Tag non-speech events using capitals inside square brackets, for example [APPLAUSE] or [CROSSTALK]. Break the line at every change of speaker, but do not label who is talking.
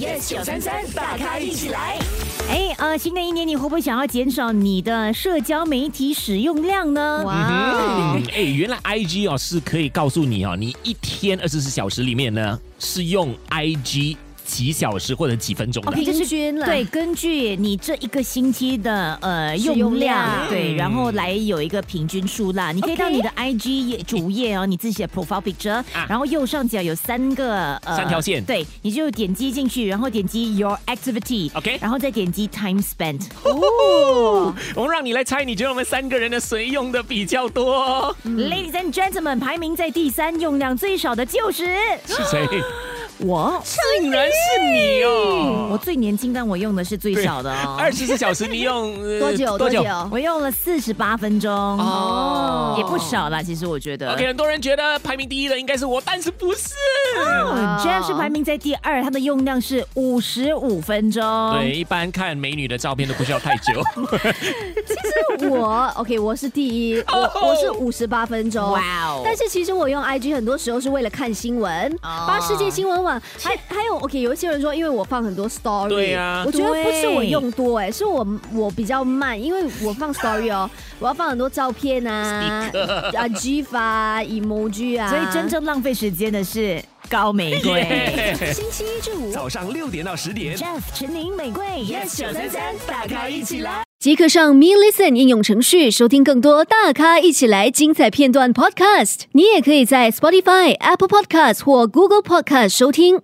yes 九三三，大咖一起来。
哎，呃，新的一年你会不会想要减少你的社交媒体使用量呢？
哦
嗯
哇，
哎、原来 I G 哦是可以告诉你哦，你一天二十四小时里面呢是用 I G 几小时或者几分钟的。
OK，就是
平均啦
对，根据你这一个星期的呃
使用
用
量
量，
嗯
对，然后来有一个平均数啦。你可以
OK
到你的 IG 页主页哦，你自己的 profile picture，
啊
然后右上角有三个呃
三条线
对，你就点击进去，然后点击 Your Activity。
OK
然后再点击 time spent，
哦，我们让你来猜，你觉得我们三个人的谁用的比较多？
Ladies and gentlemen，排名在第三，用量最少的就是
是谁？哦
我。
竟然是你哦！
我最年轻，但我用的是最少的哦。
二十四小时你
[LAUGHS]
用、呃
多久？多久？
我用了四十八分钟，
哦
也不少啦。其实我觉得。
？OK，很多人觉得排名第一的应该是我，但是不是？
哦 j a m 是排名在第二，它的用量是五十五分钟。
对，，一般看美女的照片都不需要太
[LAUGHS]
久。
其实
[LAUGHS]
我 OK，我是第一，我我是五十八分钟。
哦哇哦！
但是其实我用 IG 很多时候是为了看新闻，
哦
发世界新闻网，还还有 OK，有一些人说因为我放很多 story，
对啊
我觉得不是我
对
用多哎、是我我比较慢，因为我放
[LAUGHS]
story 哦，我要放很多照片啊，啊 GIF 啊，emoji 啊，
所以真正浪费时间的是高玫瑰。
星期一至五
早上六点到十点
Jeff 陈宁玫瑰 Yes 九三三，大咖一起来。
即刻上 Me Listen 应用程序收听更多大咖一起来精彩片段 Podcast。你也可以在 Spotify、Apple Podcast 或 Google Podcast 收听。